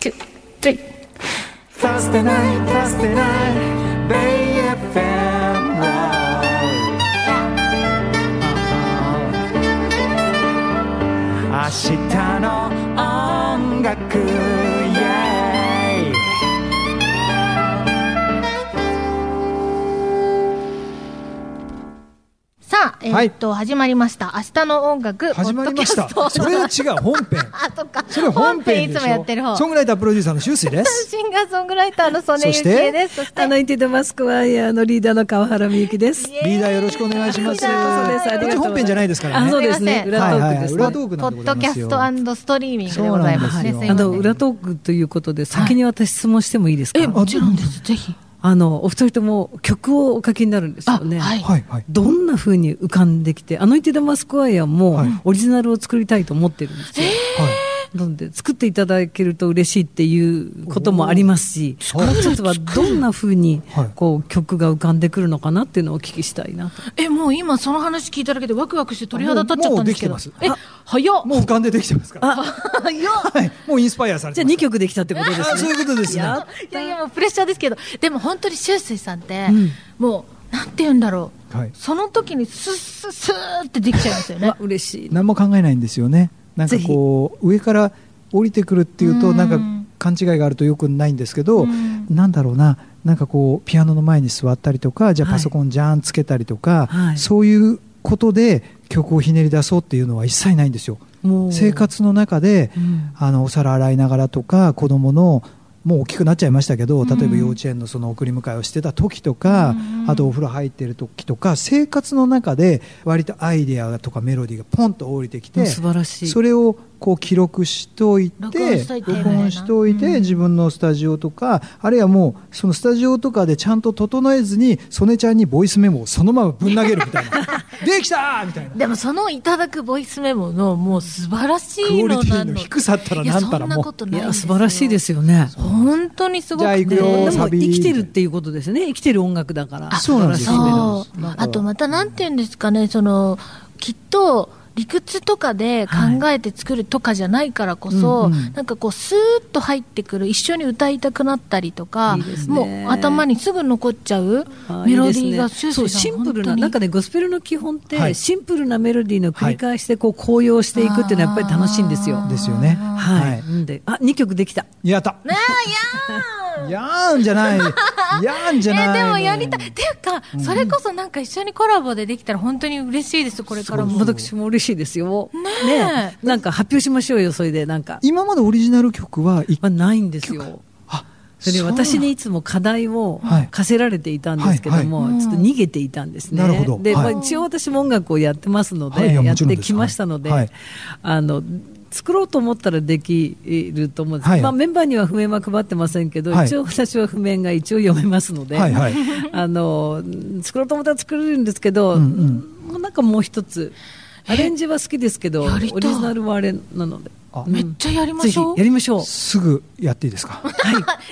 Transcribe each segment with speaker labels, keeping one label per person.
Speaker 1: two, three.
Speaker 2: Thursday night, Thursday night, Bay FM Live. 明日の音楽 yeah
Speaker 1: さあ、え
Speaker 3: はい
Speaker 1: ーっと、始まりました。明日の音楽、
Speaker 3: 始まりました
Speaker 1: ポッドキャスト
Speaker 3: それは違う本編
Speaker 1: あ、そっか。
Speaker 3: それ本編
Speaker 1: い
Speaker 3: でし
Speaker 1: つもやってる
Speaker 3: ょ
Speaker 1: 方。
Speaker 3: ソングライタープロデューサーの周水です
Speaker 1: シンガーソングライターの曽根ゆきえです。そして、
Speaker 4: アナイティドマスクワイヤーのリーダーの川原美幸です。こ
Speaker 3: リーダーよろしくお願いします
Speaker 1: リーダー
Speaker 4: そうですあり
Speaker 3: こっ
Speaker 4: が
Speaker 3: ち
Speaker 4: とう
Speaker 3: 本編じゃないですから
Speaker 4: あ、
Speaker 3: ね
Speaker 4: そうですね。
Speaker 1: すい
Speaker 4: 裏
Speaker 1: ま
Speaker 3: は
Speaker 4: ト
Speaker 3: いは
Speaker 4: ー
Speaker 3: い
Speaker 4: クですね。
Speaker 3: 裏トーク
Speaker 1: ポ
Speaker 3: なんでご
Speaker 1: ッ
Speaker 3: ざ
Speaker 1: ド
Speaker 3: い
Speaker 1: キ
Speaker 3: ま
Speaker 1: ャ
Speaker 3: すよ
Speaker 1: ストストリーミングでございますね。
Speaker 3: そうなんで
Speaker 1: すい
Speaker 3: すよ
Speaker 4: あ
Speaker 1: ませ
Speaker 4: の、
Speaker 1: ん
Speaker 4: 裏トークということで、先に私質問してもいいですか、
Speaker 1: え、もちろんです。ぜひ。
Speaker 4: あの、お二人とも曲をお書きになるんですよね。
Speaker 1: あはい
Speaker 3: はいはい
Speaker 4: どんな風に浮かんできて、アノイティドマスクワイヤーも
Speaker 3: はい
Speaker 4: オリジナルを作りたいと思ってるんですよ。なので、作っていただけると嬉しいっていうこともありますし、
Speaker 3: お
Speaker 4: もう一つはどんな風に
Speaker 3: はい
Speaker 4: こう曲が浮かんでくるのかなっていうのをお聞きしたいなと。
Speaker 1: え、もう今その話聞いただけでワクワクして鳥肌立っちゃったんですけど。
Speaker 3: もうもうでき
Speaker 1: え、早っ。
Speaker 3: もう浮かんでできてますから
Speaker 1: 早っ。
Speaker 3: はいもうインスパイアされ
Speaker 4: じ
Speaker 3: て
Speaker 4: ゃあ
Speaker 3: ます
Speaker 4: 2曲できたってことですね。
Speaker 3: あそういうことですね
Speaker 4: やっ
Speaker 1: いやいやもうプレッシャーですけどでも本当に周水さんって、
Speaker 4: うん
Speaker 1: もうなんて言うんだろう、
Speaker 3: はい
Speaker 1: その時にスッスッスーってできちゃいますよね
Speaker 4: わ嬉しいな
Speaker 3: 何も考えないんですよねなんか
Speaker 4: ぜひ
Speaker 3: こう上から降りてくるっていうと
Speaker 1: うん
Speaker 3: なんか勘違いがあるとよくないんですけ
Speaker 1: う
Speaker 3: ど
Speaker 1: ん
Speaker 3: なんだろうななんかこうピアノの前に座ったりとかじゃあ
Speaker 4: はい
Speaker 3: パソコンじゃんつけたりとか、
Speaker 4: はい
Speaker 3: そういうことで曲をひねり出そうっていうのは一切ないんですよ
Speaker 4: もう
Speaker 3: 生、活の中で
Speaker 4: うん
Speaker 3: あのお皿洗いながらとか子供のもう大きくなっちゃいましたけど例えば幼稚園のその送り迎えをしてた時とか、
Speaker 1: うん
Speaker 3: あとお風呂入ってる時とか生活の中で割とアイデアとかメロディーがポンと降りてきて
Speaker 4: もう素晴らしい
Speaker 3: それをこう記録しといて
Speaker 1: 録音しといて
Speaker 3: 録音しといて
Speaker 1: うん
Speaker 3: 自分のスタジオとかあるいはもうそのスタジオとかでちゃんと整えずに曽根ちゃんにボイスメモをそのままぶん投げるみたいなできたーみたいな
Speaker 1: でもそのいただくボイスメモのもう素晴らし
Speaker 3: ク
Speaker 1: い
Speaker 3: オリ
Speaker 1: の
Speaker 3: テ
Speaker 1: な
Speaker 3: ィ
Speaker 1: の
Speaker 3: の低さったら
Speaker 1: いや
Speaker 3: なんた
Speaker 1: そ
Speaker 3: ら
Speaker 1: んな
Speaker 3: も
Speaker 1: こと
Speaker 4: い
Speaker 1: ないん
Speaker 4: や素晴らしいですすよね
Speaker 1: よ本当にすごくて
Speaker 3: じゃあ行く
Speaker 4: で
Speaker 3: よ
Speaker 4: も
Speaker 3: サビ
Speaker 4: 生きてるっていうことですよね生きてる音楽だから
Speaker 3: あそうなんですよ
Speaker 4: 素晴らしいメロディー
Speaker 1: そう
Speaker 3: なんか
Speaker 1: あとまたなんて言うんですかねそのきっと理屈とかで考えて作るとかじゃないからこそ、
Speaker 3: うんうん
Speaker 1: なんかこうスーッと入ってくる一緒に歌いたくなったりとか
Speaker 4: いいですね
Speaker 1: もう頭にすぐ残っちゃう
Speaker 4: あ
Speaker 1: メ
Speaker 4: いい
Speaker 1: ロ
Speaker 4: で
Speaker 1: デ
Speaker 4: すね
Speaker 1: ィーがシュー
Speaker 4: そう
Speaker 1: さ
Speaker 4: シ
Speaker 1: ん
Speaker 4: ンプル
Speaker 1: 本当
Speaker 4: な
Speaker 1: に
Speaker 4: なんかねゴスペルの基本っ
Speaker 3: はい
Speaker 4: てシンプルなメロディーの繰り返しでこう紅葉していくっていうのはやっぱり楽しいんですよ
Speaker 3: ですよね。
Speaker 4: はい、うんであ二曲できた
Speaker 3: やった。
Speaker 1: ね えいやー
Speaker 3: やーんじゃない。やーんじゃない
Speaker 1: え
Speaker 3: の。
Speaker 1: でもやりたいっていうか、それこそなんか一緒にコラボでできたら本当に嬉しいですこれからも
Speaker 4: 私も嬉しいですよね
Speaker 1: え
Speaker 4: えなんか発表しましょうよそれでなんか
Speaker 3: 今までオリジナル曲は一
Speaker 4: まあ、ないんですよ
Speaker 3: あ
Speaker 4: それで
Speaker 3: そうなん
Speaker 4: 私にいつも課題を
Speaker 3: はい
Speaker 4: 課せられていたんですけども、
Speaker 1: はいはい
Speaker 4: ちょっと逃げていたんですね。
Speaker 3: なるほど
Speaker 4: で、
Speaker 3: はい
Speaker 4: まあ、一応私も音楽をやってますので、
Speaker 3: はいいや
Speaker 4: や
Speaker 3: も
Speaker 4: っ
Speaker 3: ちろん
Speaker 4: て
Speaker 3: です
Speaker 4: きましたので、
Speaker 3: はいはい
Speaker 4: あの作ろうと思ったらできると思うんです、
Speaker 3: はい
Speaker 4: まあ、メンバーには譜面は配ってませんけど、
Speaker 3: はい
Speaker 4: 一応私は譜面が一応読めますので、
Speaker 3: はいはい
Speaker 4: あの作ろうと思ったら作れるんですけど、
Speaker 3: うん
Speaker 4: もうなんかもう一つアレンジは好きですけどオ
Speaker 1: やり
Speaker 4: リ
Speaker 1: たい
Speaker 4: ジナルはあれなので
Speaker 3: あ
Speaker 1: めっちゃやりま
Speaker 4: ぜ
Speaker 1: し
Speaker 4: ひ
Speaker 1: ょう
Speaker 4: やりましょう。
Speaker 3: すぐやっていいですか。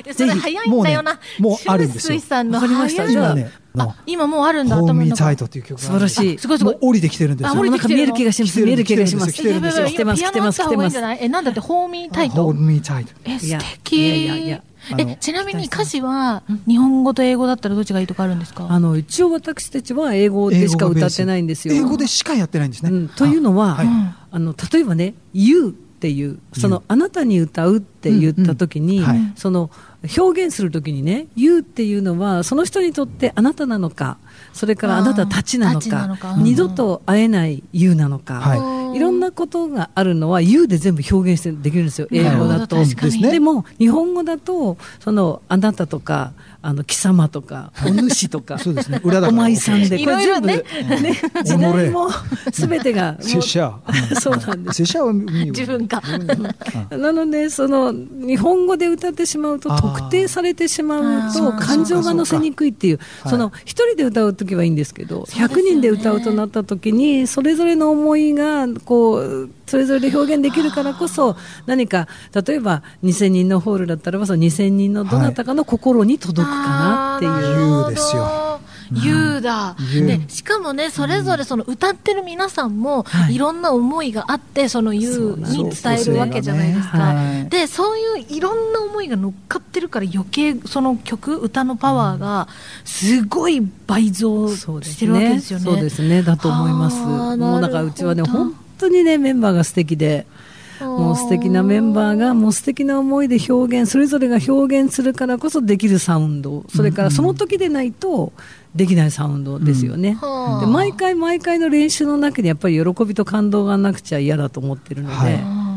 Speaker 1: いやそれ早いんだよな。
Speaker 3: もうねもうあるんです
Speaker 1: シ
Speaker 3: よ
Speaker 1: ュウスイさんの
Speaker 4: わかりました
Speaker 1: 早い
Speaker 4: じゃ
Speaker 3: 今ね、あの
Speaker 1: あ、今もうあるんだ、
Speaker 3: ホー
Speaker 1: 頭の
Speaker 3: ムイン
Speaker 1: 中
Speaker 3: サイ
Speaker 1: に。
Speaker 3: トっていう曲が
Speaker 4: 素晴らしい
Speaker 1: すごいすごい
Speaker 3: もう降りてきてるんです
Speaker 1: あ
Speaker 3: よ
Speaker 1: 降。り
Speaker 4: なんか見える気がします。見える気がします。
Speaker 3: 来てるんですよ
Speaker 4: 来てます。来てます。来
Speaker 1: やばいやばい今ピアノあった方
Speaker 4: てます。
Speaker 1: がいいんじゃないえ、なんだって、ホーミータイ
Speaker 3: ホ
Speaker 1: ト。
Speaker 3: ームインサイト。
Speaker 1: え、
Speaker 4: い
Speaker 1: 素
Speaker 4: や
Speaker 1: 敵。
Speaker 4: いやいやいや
Speaker 3: あの
Speaker 1: え、ちなみに歌詞は、日本語と英語だったらどっちがいいとかあるんですか
Speaker 4: あの、一応私たちは英語でしか歌ってないんですよ。
Speaker 3: 英語でしかやってないんですね。
Speaker 4: うん、というのは、
Speaker 3: はい
Speaker 4: あの、例えばね、You っていう、その、あなたに歌うって言った時に、
Speaker 3: うんうんはい
Speaker 4: その、表現するときにね、You っていうのは、その人にとってあなたなのか、それからあなたたちなの
Speaker 1: あーたちな
Speaker 4: か、
Speaker 1: のかうん
Speaker 4: 二度と会えない You なのか、
Speaker 3: はい
Speaker 4: いろんなことがあるのは U で全部表現してできるんですよ英語
Speaker 3: なるほ
Speaker 4: だと
Speaker 1: ど確か
Speaker 3: にですね
Speaker 4: でも日本語だとそのあなたとかあの貴様とかお主と か
Speaker 3: そうですね裏だ
Speaker 4: お
Speaker 3: から
Speaker 4: 前さん
Speaker 1: い
Speaker 4: で これ
Speaker 1: ろいろ
Speaker 4: 全部
Speaker 1: ね
Speaker 4: ね 時代も全 てがもう
Speaker 3: 拙者。
Speaker 4: そうなんです
Speaker 3: 拙者は
Speaker 1: 自分か。
Speaker 4: なのでその日本語で歌ってしまうと
Speaker 3: あー
Speaker 4: 特定されてしまう
Speaker 1: あ
Speaker 4: と
Speaker 1: ー
Speaker 4: 感情が乗せにくいっていう
Speaker 3: か
Speaker 4: その一人で歌う時はいいんですけど
Speaker 1: そうですよね
Speaker 4: 100人で歌うとなった時にそれぞれの思いがこうそれぞれで表現できるからこそ何か例えば2000人のホールだったらばその2000人のどなたかの心に届くかなっていう。
Speaker 3: 自由ですよ。
Speaker 1: 優だ、
Speaker 3: うん
Speaker 1: でしかもねそれぞれその歌ってる皆さんも
Speaker 4: はい
Speaker 1: いろんな思いがあってその優に伝えるわけじゃないです
Speaker 4: そう
Speaker 1: か。でそういういろんな思いが乗っかってるから余計その曲歌のパワーがすごい倍増
Speaker 4: そうで
Speaker 1: して
Speaker 4: す
Speaker 1: るわけで
Speaker 4: ね。
Speaker 1: すよね。
Speaker 4: そうですね。だと思います。
Speaker 1: あー
Speaker 4: もうだからうちはね、
Speaker 1: なるほど
Speaker 4: 本当にね、メンバーが素敵で。もう素敵なメンバーがもう素敵な思いで表現それぞれが表現するからこそできるサウンドそれからその時でないとできないサウンドですよね、
Speaker 1: はあ
Speaker 4: で毎回毎回の練習の中にやっぱり喜びと感動がなくちゃ嫌だと思ってるので、
Speaker 3: はい
Speaker 1: うん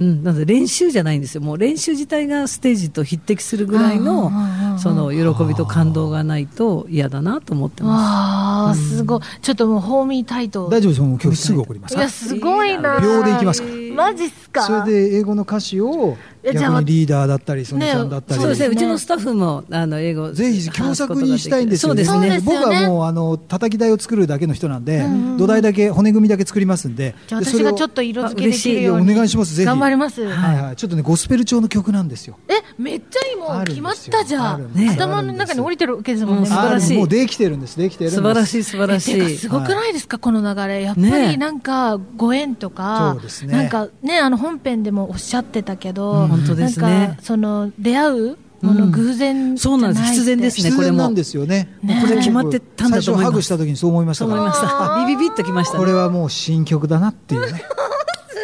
Speaker 4: うん、なので練習じゃないんですよもう練習自体がステージと匹敵するぐらい
Speaker 1: うんうんうんう
Speaker 4: の
Speaker 1: ん
Speaker 4: その喜びと感動がないと嫌だなと思ってます。
Speaker 1: わあすごいちょっともうホーミータイト
Speaker 3: 大丈夫ですもう今日すぐ送りま
Speaker 1: い
Speaker 3: す
Speaker 1: やすごいな
Speaker 3: 秒でいきますか
Speaker 1: マジっすか
Speaker 3: それで英語の歌詞を
Speaker 1: え
Speaker 3: 逆
Speaker 1: じゃあ
Speaker 3: にリーダーだったりそのちゃんだったり、
Speaker 4: そうですね
Speaker 1: そう
Speaker 4: う
Speaker 1: ですね
Speaker 4: ちのスタッフもあの英語
Speaker 3: ぜひ共作にしたいんですよね
Speaker 4: 話すことができるそうで
Speaker 1: そうですよ
Speaker 4: すね
Speaker 1: ね
Speaker 3: 僕はもうあの叩き台を作るだけの人なんで、
Speaker 1: うん
Speaker 3: 土台だけ骨組みだけ作りますんで
Speaker 1: じゃあ
Speaker 3: でそ
Speaker 1: 私
Speaker 3: れを
Speaker 1: がちょっと色付けできる
Speaker 3: いや
Speaker 1: よ
Speaker 3: お
Speaker 1: うに
Speaker 3: 願いしますぜひ
Speaker 1: 頑張ります
Speaker 3: はいはい、ちょっとねゴスペル調の曲なんですよ
Speaker 1: えめっちゃいいも
Speaker 3: あ
Speaker 1: ん
Speaker 3: るんで
Speaker 1: 決
Speaker 3: すよ
Speaker 1: まったじゃ
Speaker 3: ある
Speaker 1: ん
Speaker 3: んですよ
Speaker 1: 頭の中に降りてるわけですもん
Speaker 4: う
Speaker 1: ね
Speaker 4: ん素晴らしい
Speaker 3: あもうできてるんですできてるんです
Speaker 4: 素晴らしい素晴らし
Speaker 1: えてか
Speaker 4: い
Speaker 1: すごくないですか、この流れ、やっぱ
Speaker 4: ね
Speaker 1: り
Speaker 4: え
Speaker 1: なんかご縁とか、
Speaker 3: そうですね
Speaker 1: なんかね、あの本編でもおっしゃってたけど、
Speaker 4: うん本当ですね
Speaker 1: なんかその出会うもの、
Speaker 4: うん
Speaker 1: 偶然じゃ
Speaker 4: そう
Speaker 1: な
Speaker 4: ないんです必然です
Speaker 3: 必
Speaker 4: これ
Speaker 3: 然
Speaker 4: も
Speaker 3: なんですよね
Speaker 1: ね
Speaker 3: 僕
Speaker 1: これ決
Speaker 4: まってたんだと
Speaker 3: 最
Speaker 4: 思います
Speaker 3: 初ハグした時にそう思いました
Speaker 4: そう
Speaker 3: か
Speaker 4: 思いま
Speaker 3: ら
Speaker 4: したビビビッときました
Speaker 3: こ
Speaker 4: ね
Speaker 3: れはもう新曲だなっていうね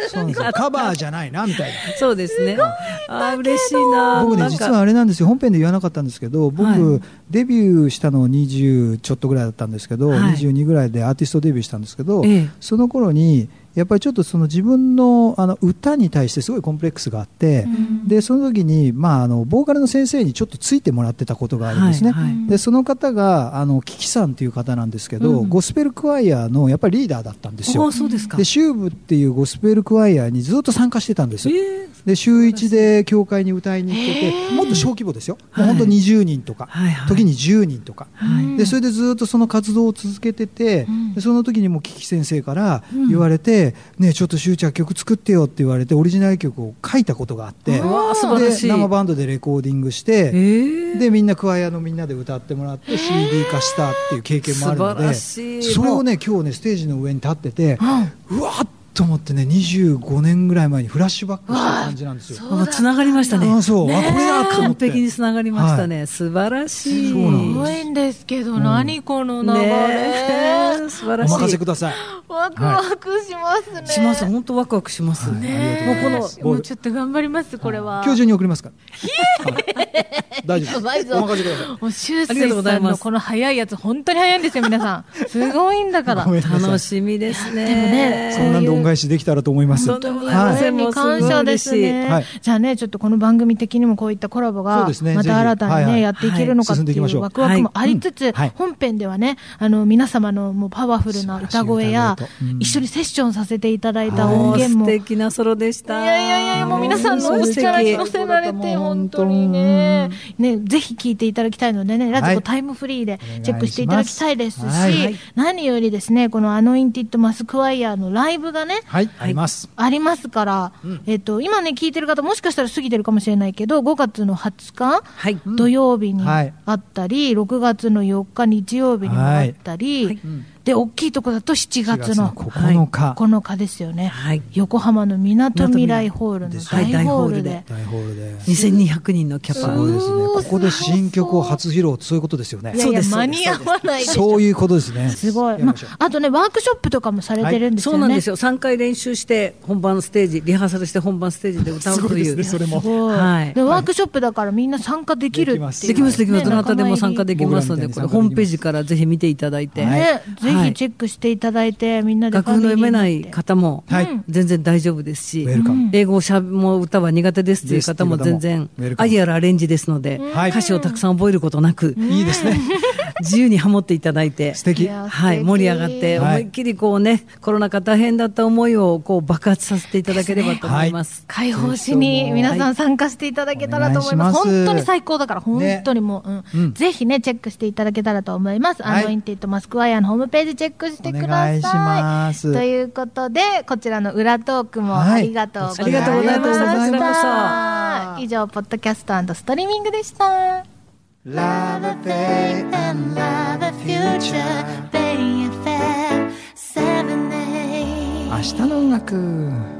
Speaker 3: そうなんですよカバーじゃないなみたいな
Speaker 4: そうですね。あー嬉しいな。
Speaker 3: 僕ね
Speaker 4: なんか
Speaker 3: 実はあれなんですよ本編で言わなかったんですけど僕、
Speaker 4: はい
Speaker 3: デビューしたの20ちょっとぐらいだったんですけど、
Speaker 4: はい
Speaker 3: 22ぐらいでアーティストデビューしたんですけど、
Speaker 4: ええ
Speaker 3: その頃にやっぱりちょっとその自分のあの歌に対してすごいコンプレックスがあって、
Speaker 1: うん
Speaker 3: でその時に、まあ、あのボーカルの先生にちょっとついてもらってたことがあるんですね、
Speaker 4: はいはい
Speaker 3: でその方があのキキさんという方なんですけど、
Speaker 4: うん
Speaker 3: ゴスペルクワイアのやっぱりリーダーだったんです
Speaker 4: あ
Speaker 3: よ
Speaker 4: ー。そうですか。
Speaker 3: でシューブっていうゴスペルクワイアにずっと参加してたんですよ
Speaker 4: えー
Speaker 3: で週1で教会に歌いに行って
Speaker 1: へ
Speaker 3: てもっと小規模ですよ、
Speaker 4: はい
Speaker 3: もう本当20人とか、
Speaker 4: はいはい
Speaker 3: 時に10人とか、
Speaker 1: はい
Speaker 3: でそれでずっとその活動を続けてて、
Speaker 1: うん
Speaker 3: でその時にもうキキ先生から言われて「ねえちょっとしゅうちゃん曲作ってよ」って言われてオリジナル曲を書いたことがあって
Speaker 4: うわー素晴らしい
Speaker 3: で生バンドでレコーディングして、
Speaker 4: えー
Speaker 3: でみんなクワイアのみんなで歌ってもらって CD 化したっていう経験もあるので、
Speaker 4: 素晴らしい
Speaker 3: それをね今日ねステージの上に立ってて
Speaker 1: うん
Speaker 3: うわっと思ってね25年ぐらい前にフラッシュバックした感じなんですよ。
Speaker 1: そう
Speaker 4: あつながりました
Speaker 3: あ
Speaker 4: ね。
Speaker 3: そう、あこれだと思っ
Speaker 4: 完
Speaker 3: て
Speaker 4: 璧につながりましたね。素晴らしい。
Speaker 3: そうなん
Speaker 1: すごいんですけど、何この流れ、
Speaker 4: ねえ素晴
Speaker 3: お
Speaker 4: らしい。
Speaker 3: 任せください。
Speaker 1: ワクワクしますね。
Speaker 4: します。本当ワクワクします。
Speaker 3: はい
Speaker 1: ね
Speaker 3: ありがとうご
Speaker 1: もう
Speaker 3: ざいます
Speaker 1: このもうちょっと頑張ります、これは。
Speaker 3: 今日中に送りますから。はい大丈
Speaker 1: や
Speaker 3: 夫
Speaker 1: ば
Speaker 3: で
Speaker 1: い
Speaker 3: す。
Speaker 1: ぞ
Speaker 3: お任せくださ
Speaker 1: もうシュウス
Speaker 4: ありが
Speaker 1: イ
Speaker 4: とうござ
Speaker 1: さ
Speaker 4: い
Speaker 1: ん
Speaker 4: ま
Speaker 1: の
Speaker 4: す
Speaker 1: この早いやつ、本当に早いんですよ、皆さ ん。すごいんだから。
Speaker 3: ごめん
Speaker 4: 楽しみですね。
Speaker 3: い。
Speaker 1: で
Speaker 3: そんなんで恩返しできたらと思います。
Speaker 4: とんでもございま
Speaker 3: は
Speaker 4: せ
Speaker 1: そ
Speaker 4: ん
Speaker 1: れに感謝ですね、
Speaker 3: はい
Speaker 1: じゃあね、ちょっとこの番組的にもこういったコラボ
Speaker 3: そう
Speaker 1: が
Speaker 3: ですね
Speaker 1: ま
Speaker 3: ぜひ
Speaker 1: た新たにね、
Speaker 3: はいはい
Speaker 1: やっていけるのか
Speaker 3: はい
Speaker 1: っ
Speaker 3: 進ん
Speaker 1: て
Speaker 3: でい
Speaker 1: い
Speaker 3: きましょ
Speaker 1: う
Speaker 3: う
Speaker 1: ワクワクもありつつ、
Speaker 3: はいうんはい
Speaker 1: 本編ではね、あの皆様のもうパワフルな歌声や
Speaker 3: 素晴らしい歌声とうん
Speaker 1: 一緒にセッションさせていただいた
Speaker 3: はい
Speaker 1: 音
Speaker 4: もう
Speaker 1: 源
Speaker 4: 素
Speaker 1: も。
Speaker 4: 敵なソロでし
Speaker 1: い
Speaker 4: た。
Speaker 1: やいやいや、もう皆さんのお力に乗せられて、本当にね。ね、ぜひ聞いていただきたいのでね、ラジ
Speaker 3: は
Speaker 1: コ
Speaker 3: い
Speaker 1: タイムフリーで
Speaker 3: 願いします
Speaker 1: チェックしていただきたいですし、
Speaker 3: はい
Speaker 1: 何よりですね、このアノインティッドマスクワイヤーのライブがね、
Speaker 3: はい、あります。
Speaker 1: ありますから、えっと、今ね、聞いてる方、もしかしたら過ぎてるかもしれないけど、5月の20日、
Speaker 4: はい。
Speaker 1: 土曜日に
Speaker 3: はい
Speaker 1: あったり、6月の4日、日曜日にもあったり、
Speaker 4: はい
Speaker 1: で、大きいとこだと7
Speaker 3: 4
Speaker 1: 月の
Speaker 3: 9日、
Speaker 1: 9日ですよね。
Speaker 4: はい。
Speaker 1: 横浜のみなとみらいホールの大ホールで。
Speaker 3: 大ホールで。す
Speaker 4: 2200人のキャパ。
Speaker 3: ごいですね。
Speaker 1: う
Speaker 3: こ
Speaker 1: わー
Speaker 3: こで新曲を初披露、そういうことですよね
Speaker 1: い。やいや
Speaker 4: そうです
Speaker 1: 間に合わないでし
Speaker 3: そ
Speaker 1: ょ。
Speaker 3: ういうことですね。
Speaker 1: すごい。
Speaker 3: やり
Speaker 1: ま
Speaker 3: ましょう
Speaker 1: あ、あとね、ワークショップとかもされてるんです
Speaker 4: そ
Speaker 1: よね。
Speaker 4: うなんですよ、3回練習して、本番ステージ、リハーサルして本番ステージで歌うという、
Speaker 3: れ
Speaker 1: すごい。
Speaker 4: はい
Speaker 1: で、ワークショップだからみんな参加できるっていう
Speaker 3: できます
Speaker 4: できます、できます、
Speaker 1: ね
Speaker 4: どなたでも参加できますので、
Speaker 3: 僕ら
Speaker 4: これ、
Speaker 3: みた
Speaker 4: ホ
Speaker 3: いに参加できます
Speaker 4: ームページからぜひ見ていただいて、
Speaker 3: はい
Speaker 1: ね、ぜ
Speaker 4: は
Speaker 1: ひ
Speaker 4: い
Speaker 1: チェックしていただいて、みんなで
Speaker 4: 楽譜の読めない
Speaker 1: ファミリーになって
Speaker 4: 方も
Speaker 3: はい、
Speaker 1: うん
Speaker 4: 全然大丈夫です
Speaker 3: ウ
Speaker 4: し、
Speaker 3: ェルカム。
Speaker 4: 英語をしゃべもう歌は苦手ですという方も
Speaker 3: ですっ
Speaker 4: 全
Speaker 3: ていう方も
Speaker 4: 然
Speaker 3: ウェル、カ
Speaker 4: ア
Speaker 3: ム
Speaker 4: イデアルアレンジですので、
Speaker 3: はい
Speaker 4: 歌詞をたくさん覚えることなく、
Speaker 3: いいですね。
Speaker 4: 自由にハモっていただいて
Speaker 3: 素。敵。
Speaker 1: い
Speaker 3: は
Speaker 1: や
Speaker 4: はい、
Speaker 1: 素敵
Speaker 4: 盛り上がって、
Speaker 3: はい
Speaker 4: 思いっきりこうね、コロナ禍大変だった思いをこう爆発させていただければと思います。
Speaker 1: 解放しに皆さん参加していただけたらと思います。
Speaker 3: はいお願い
Speaker 1: 本
Speaker 3: します
Speaker 1: 当に最高だから、本
Speaker 3: ね
Speaker 1: 当にもう、うん
Speaker 3: うん
Speaker 1: ぜひね、チェックしていただけたらと思います。
Speaker 3: はい
Speaker 1: アノインティッドマスクワイヤーのホームページチェックしてくだ
Speaker 3: お
Speaker 1: さ
Speaker 3: 願
Speaker 1: い。
Speaker 3: いします
Speaker 1: ということで、こちらの裏トークも
Speaker 3: はい
Speaker 1: ありがとうございまし
Speaker 4: ありがとうござ
Speaker 1: た。
Speaker 4: いましたこちら
Speaker 1: 以上、ポッドキャストストリーミングでした。
Speaker 2: Love a faith and love a fear
Speaker 1: future, Bay FM 7 8
Speaker 3: 明日の音楽